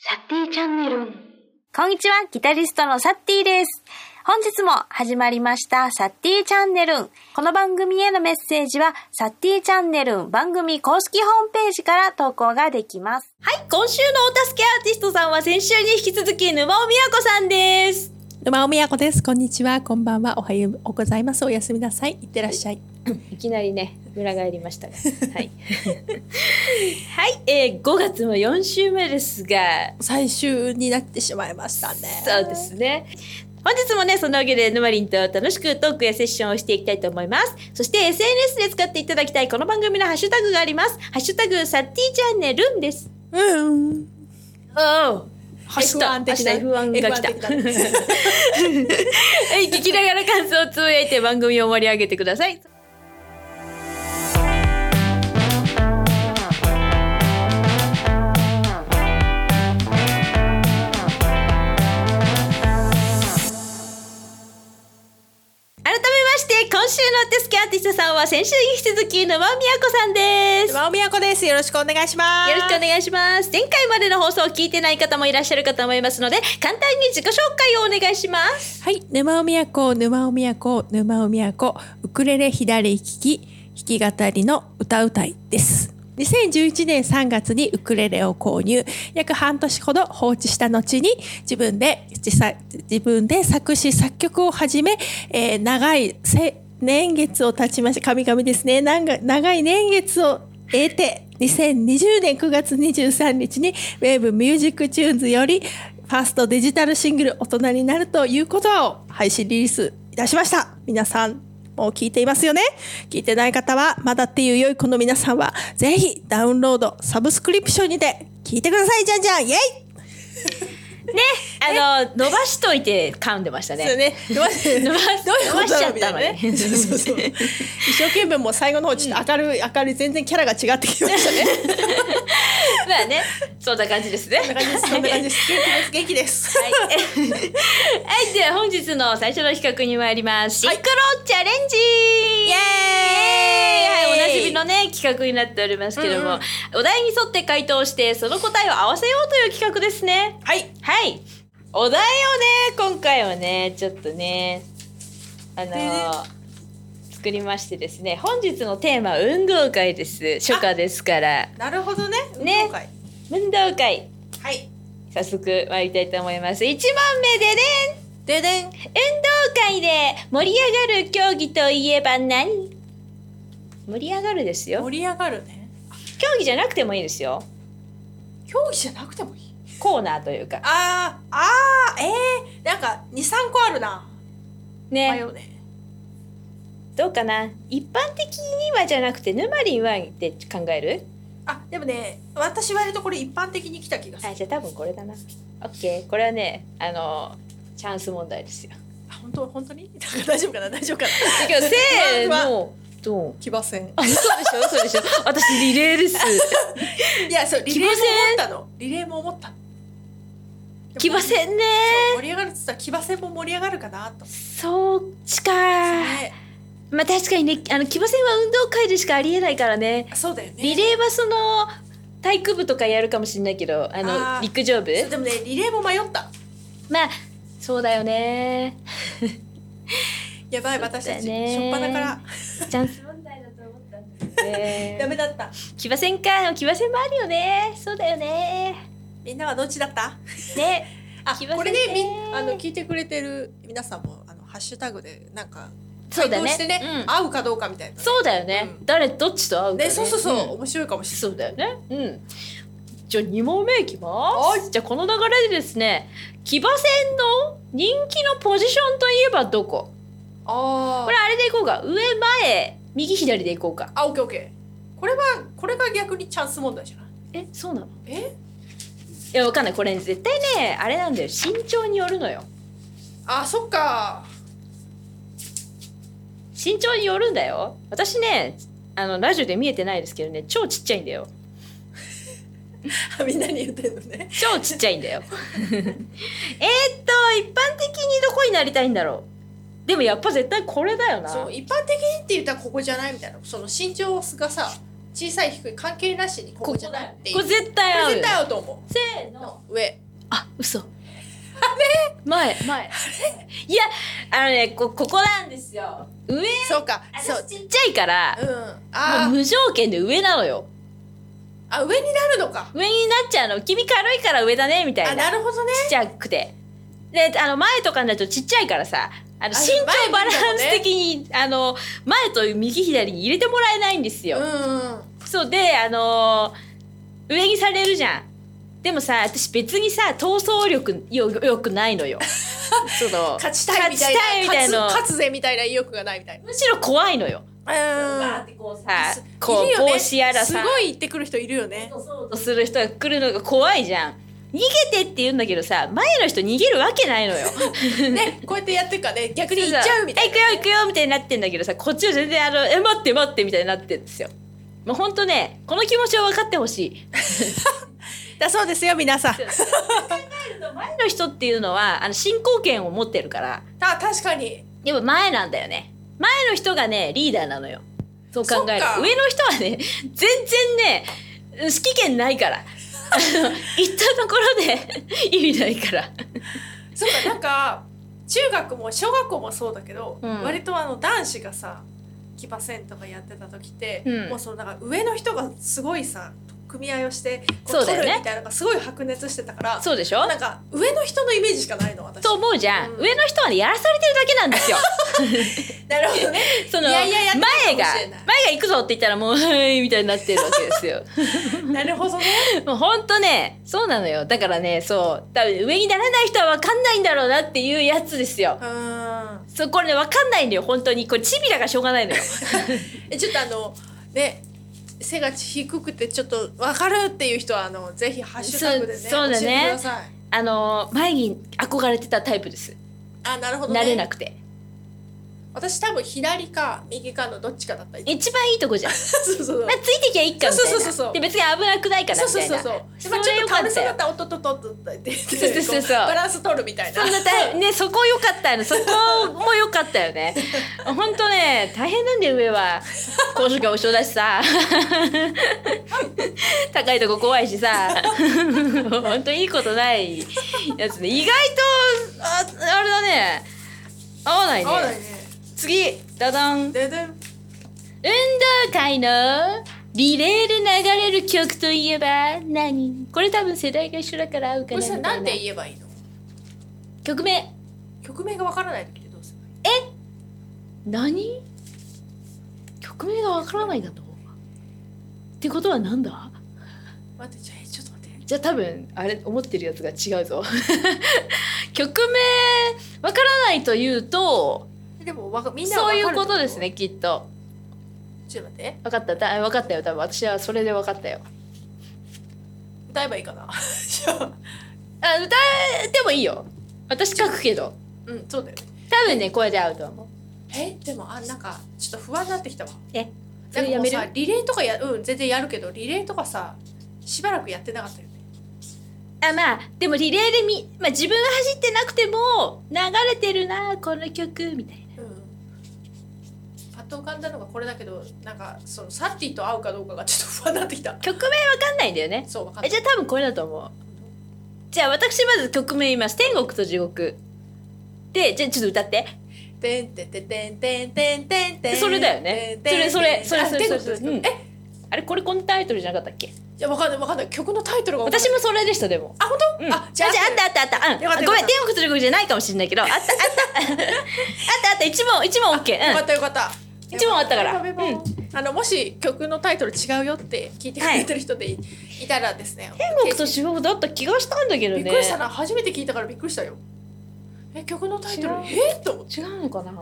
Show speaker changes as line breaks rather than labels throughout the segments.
サティチャンネル。
こんにちは、ギタリストのサッティです。本日も始まりました、サッティチャンネルン。この番組へのメッセージは、サッティチャンネルン番組公式ホームページから投稿ができます。
はい、今週のお助けアーティストさんは先週に引き続き沼尾美也子さんです。
沼尾美也子です。こんにちは。こんばんは。おはようございます。おやすみなさい。いってらっしゃい。
いきなりね、裏返りましたが。はい。 はい、えー、5月も4週目ですが、
最終になってしまいましたね。
そうですね。本日もね、そのわけで、沼りんと楽しくトークやセッションをしていきたいと思います。そして SNS で使っていただきたいこの番組のハッシュタグがあります。ハッシュタグ、サッティチャンネルンです。
うん。
おー明日、
F1 的な
明日 F1 が来た。
F1 的
はい、聞きながら感想をつぶやいて番組を盛り上げてください。改めまして、今週の手助けアーティストさんは先週に引き続き沼尾美也子さんです。
沼尾美也子です。よろしくお願いします。
よろしくお願いします。前回までの放送を聞いてない方もいらっしゃるかと思いますので、簡単に自己紹介をお願いします。
はい。沼尾美也子、沼尾美也子、沼尾美也子、ウクレレ左利き、弾き語りの歌うたいです。2011年3月にウクレレを購入。約半年ほど放置した後に自分で、自作自分で作詞作曲を始め、えー長いせ年月を経ちまして、神々ですね。なんか長い年月を得て、2020年9月23日にウェーブミュージックチューンズよりファーストデジタルシングル大人になるということを配信リリースいたしました。皆さんもう聞いていますよね聞いてない方はまだっていう良い子の皆さんはぜひダウンロード、サブスクリプションにて聞いてくださいじゃんじゃんイエイ
あの、伸ばしといて噛んでました
そう
ね。
ね。ど
伸
う
ばし
どういうことだろうみ
伸ばしちゃったの
いな
ね
ね。 そうそうそう一生懸命もう最後の方ちょっと明るい、明るい全然キャラが違ってきましたね。
まあね、 そんな感じですね。
そんな感じです。そんな感じです。元気です。元気です。
はい、はい、では本日の最初の企画に参ります。シンクロチャレンジ、はい、おなじみのね企画になっておりますけども、
うんうん
お題に沿って回答してその答えを合わせようという企画ですね。
はい。
はい、お題をね今回はねちょっとねあのー作りましてですね本日のテーマは運動会です初夏ですから
なるほどね。
ね
運動会
運動会
はい。
早速参りたいと思います1問目でね
ででん。
運動会で盛り上がる競技といえば何盛り上がるですよ
盛り上がるね。
競技じゃなくてもいいですよ
競技じゃなくてもいい。
コーナーというか
あー、あー、えー、なんか二三個あるな。迷
ね
うね。
どうかな一般的にはじゃなくて沼りんはって考える
あ、でもね、私割とこれ一般的に来た気がす
あ
る。
じゃあ多分これだなオッケーこれはねあのチャンス問題ですよ
あ本当本当に？ なんか大丈夫かな大丈夫かな。
だけどせー
うわう
のどう
騎馬戦。
あ嘘でしょ嘘でしょ私リレーです
いや、そうリレーも思ったの。リレーも思った。
騎馬戦ね
盛り上がるっつったら騎馬戦も盛り上がるかなと思って。
そっちか
ね
まあ確かにねあの騎馬戦は運動会でしかありえないからね
そうだよね。
リレーはその体育部とかやるかもしれないけどあの
あー
陸上部
そうでもね、リレーも迷った。
まあそうだよね
やばい私た
そう
ち。
だね
しょっぱなから
チャンス問題だと思ったんだよ ね
ダメだった。
騎馬戦かでも騎馬戦もあるよねそうだよね
みんなはどっちだった？
ね
あ
騎馬戦ね
これでみんあの聞いてくれてる皆さんもあのハッシュタグでなんか
そうだ
回答
ね
してね
うん
合うかどうかみたいな。
そうだよね、
うん
誰どっちと会うか、ね
ね、そうそうそう、
ん
面白いかもしれない。
そうだよねうんじゃあ2問目いきま
は
すじゃあこの流れでですね騎馬戦の人気のポジションといえばどこ
あ
これあれでいこうか上前右左でいこうか
あ、オッケーオッケー。これはこれが逆にチャンス問題じゃない。
えそうなの
え？
いやわかんないこれ絶対ねあれなんだよ身長によるのよ
あ、そっか。
身長によるんだよ私ねあのラジオで見えてないですけどね超ちっちゃいんだよ
みんなに言ってるのね。
超ちっちゃいんだよ えーっと一般的にどこになりたいんだろうでもやっぱ絶対これだよな
そう一般的にって言ったらここじゃないみたいな。その身長がさ、小さい低い関係なしにここじゃないっていう
これ絶対
こ
合
れ
う
絶対合うと思
せーの
う上
あ嘘あれ前前いやあのねこここなんですよ上
そうかそう
私ちっちゃいから
うん
も
あ
う
ー
無条件で上なのよ
あ上になるのか
上になっちゃうの君軽いから上だねみた
あ
いな
なるほどね
ちっちゃくてであの前とかになるとちっちゃいからさあの身
あ前
長
に
バランス的にあの前と右左に入れてもらえないんですよ、
うん
そうであのー上にされるじゃんでもさ私別にさ闘争力よよくないの よその
勝ちたいみたいな
勝ちたいみたいな
勝つ勝つぜみたいな意欲がないみたい
むしろ怖いのよ
なうん
こうさこ
い
う
るよね
帽子やら
す
さ
ごい言ってくる人いるよね
そうとする人が来るのが怖いじゃん逃げてって言うんだけどさ前の人逃げるわけないのよ
ねこうやってやってるからね逆に行っちゃうみたい
え行
な
くよ行くよみたいになってんだけどさこっちは全然あのえ待って待ってみたいになってんですよもうほんとねこの気持ちを分かってほしい
だそうですよ皆さん
前の人っていうのはあの進行権を持ってるから
あ確かに
やっぱ前なんだよね前の人がねリーダーなのよそう考える
そっか
と上の人はね全然ね指揮権ないからあの行ったところで意味ないから
そうかなんか中学も小学校もそうだけど、
うん
割とあの男子がさ騎馬戦とかやってた時って、
うん
もうそのなんか上の人がすごいさ組合をしてこ
そううだ
取
よ
る
ね
みたいなのがすごい白熱してたから、
そうでしょ
なんか上の人のイメージしかないの私
と思うじゃん、
うん
上の人はねやらされてるだけなんですよ
なるほどね
その
いやいややって
前
る
が
かもし
前
れない
が行くぞって言ったらもう「 はい」みたいになってるわけです よ
なるほどね
もうほんとね、そうなのよ。だからね、そう、多分上にならない人はわかんないんだろうなっていうやつですよ
う。ーん
そう、これね、わかんないのよ、本当に。これ、チビだからしょうがないの よ。
えちょっとあのね背が低くてちょっとわかるっていう人はあのぜひハッシュタグでね
そうそうだね
教えてください
あの、前に憧れてたタイプです。
あなるほどね
慣れなくて。
私多分左か右かのどっちかだったり
一番いいとこじゃん。
そうそうそう
まあ、ついてきゃいいかみたいな。
そうそうそうそう
で、別に危なくないから
そう
み
そ
た
う
い
そ
な。
うそ
そ
う。まあち
れ
ょ
よ
っ
か
と
っ
かぶ
た
せだ
よ
っ。たらおっとっとっとっとって言っ
そ
て
うそうそうそう
こバランス取るみたいな
そん。な大ね、そこ良かったよね。そこも良かったよね。本当ね、大変なんで上は。高所恐怖症だし さ。高いとこ怖いしさ。本当いいことないやつね。意外と、ああれだね。合わないね。
合わないね。
次、ダダン。運動
ででん
会のリレーで流れる曲といえば何これ多分世代が一緒だから合うか
こ
なみ
れ
た
さ
いな。
なんて言えばいいの？
曲名。
曲名がわからない時ってどうする？
何曲名がわからないだとってことはなんだ
待ってじゃあえちょっと待って。
じゃあ多分あれ思ってるやつが違うぞ 曲名わからないというと
でもわかみんなはわ
そう
かる
い
って
うことです。ねきっと
ちょっと待って。
分かっただ分かったよ多分私はそれで分かったよ
歌えばいいかな。 じゃあ
あ歌ってもいいよ私書くけど
うんそうだよね。
多分ねこれで合うと思う
えでもあなんかちょっと不安になってきたわ。
え
なんかもう
それや
さ
める
リレーとかやうん全然やるけどリレーとかさしばらくやってなかったよね。
あまあでもリレーでみ、まあ、自分が走ってなくても流れてるなこの曲みたいな
うんパッと浮かんだのがこれだけどなんかそのサッティと合うかどうかがちょっと不安になってきた
曲名わかんないんだよね
そうわかんな
え
い
じゃあ多分これだと思うじゃあ私まず曲名言います天国と地獄でじゃあちょっと歌って
てんてんてんてんてんてんてんてん
それだよね
てんてん
それ
てん
それそれ
あ
それそれ
てんてんてん
うん
え
あれこれこのタイトルじゃなかったっけ
いやわかんないわかんない曲のタイトルがわかんない
私もそれでしたでも
あ本当、
うん
あじゃあ
ああったあったあった,、うん、
よかった
ごめん
よかった
天国と地獄じゃないかもしれないけどあったあった あったあった一問一問 OK
よか
う
っ
ん
たよかった
一問あったから
ベロベロあのもし曲のタイトル違うよって聞いてくれてる人でい,、い、たらですね
天国と地獄だった気がしたんだけど
び
ね
っくりしたな初めて聞いたからびっくりしたよえ曲のタイトルえっと思って
違うのかな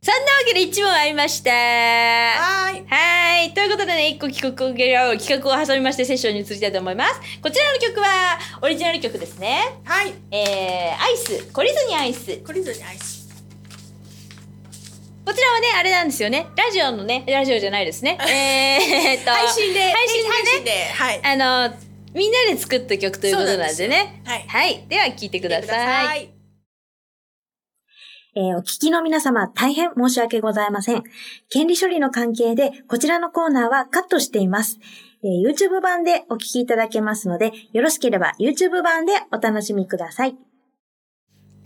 そんなわけで一問ありました
はーい
はい。ということでね、一個企画を企画を挟みましてセッションに移りたいと思います。こちらの曲は、オリジナル曲ですね。
はい
えー、アイス。懲りずにアイス。
懲りずにアイス
こちらはね、あれなんですよね。ラジオのね、ラジオじゃないですね。 えーえーっと、
配信で
配信でね
配信ではい
あの、みんなで作った曲ということなんでね。
はい
はい。では、聴いてください。
い
ええーお聞きの皆様、大変申し訳ございません。権利処理の関係で、こちらのコーナーはカットしています。えー YouTube 版でお聞きいただけますので、よろしければ YouTube 版でお楽しみください。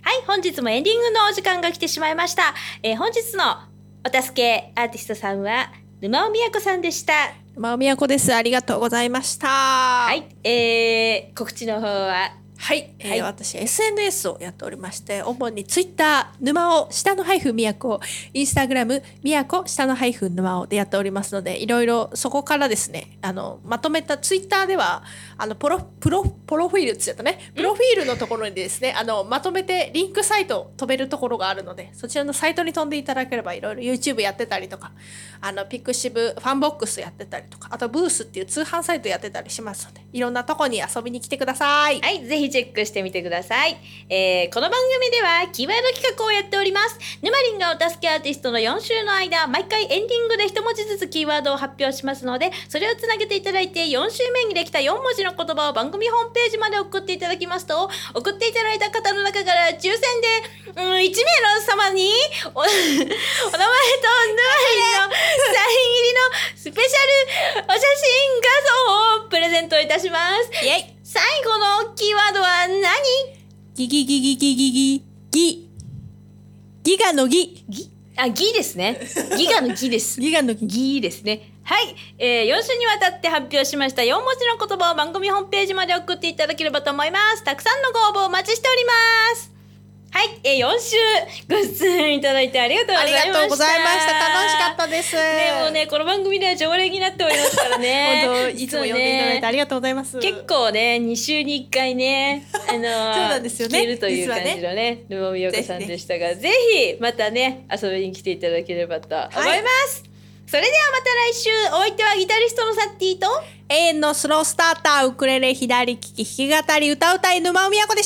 はい、本日もエンディングのお時間が来てしまいました。えー本日のお助けアーティストさんは、沼尾美也子さんでした。
まおみやこです。ありがとうございました。
は、
はい
えー、告知の方は、
はい、えー
はい
私 SNS をやっておりまして主にツイッター沼尾下のハイフン宮古インスタグラム宮古下のハイフン沼尾でやっておりますのでいろいろそこからですねあのまとめたツイッターではあのプロプロプロフィールって言っちゃったねプロフィールのところにですねあのまとめてリンクサイトを飛べるところがあるのでそちらのサイトに飛んでいただければいろいろ YouTube やってたりとかあのピクシブファンボックスやってたりとかあとブースっていう通販サイトやってたりしますのでいろんなとこに遊びに来てください。
はい、ぜひチェックしてみてください。えーこの番組では、キーワード企画をやっております。ヌマリンがお助けアーティストの4週の間、毎回エンディングで一文字ずつキーワードを発表しますので、それをつなげていただいて、4週目にできた4文字の言葉を番組ホームページまで送っていただきますと、送っていただいた方の中から抽選で、うん、1名の様に、お、 お名前とヌマリンのサイン入りのスペシャルお写真画像をプレゼントいたします。最後のキーワードは何
ギギギギギギギギギガのギ
あ、ギです ね。ギガのギです。
ギガのギ
ギですね。はい、えー、4週にわたって発表しました4文字の言葉を番組ホームページまで送っていただければと思います。たくさんのご応募お待ちしております。はい、えー、4週ご出演いただいてありがとうござ
あ
い
り
ました。。
がとうございました楽しかったたです
でもね、この番組では常連になっておりますからね。
本当いつも呼んでいただいてありがとうございます
結構ね2週に1回 ねあのそう
なんですよね
聞けるという感じのね沼尾美代子さんでしたがぜひまたね遊びに来ていただければと思います、
はい
それではまた来週お相手はギタリストのサッティと
永遠のスロースターターウクレレ左利き弾き語り歌うたい沼尾美也子で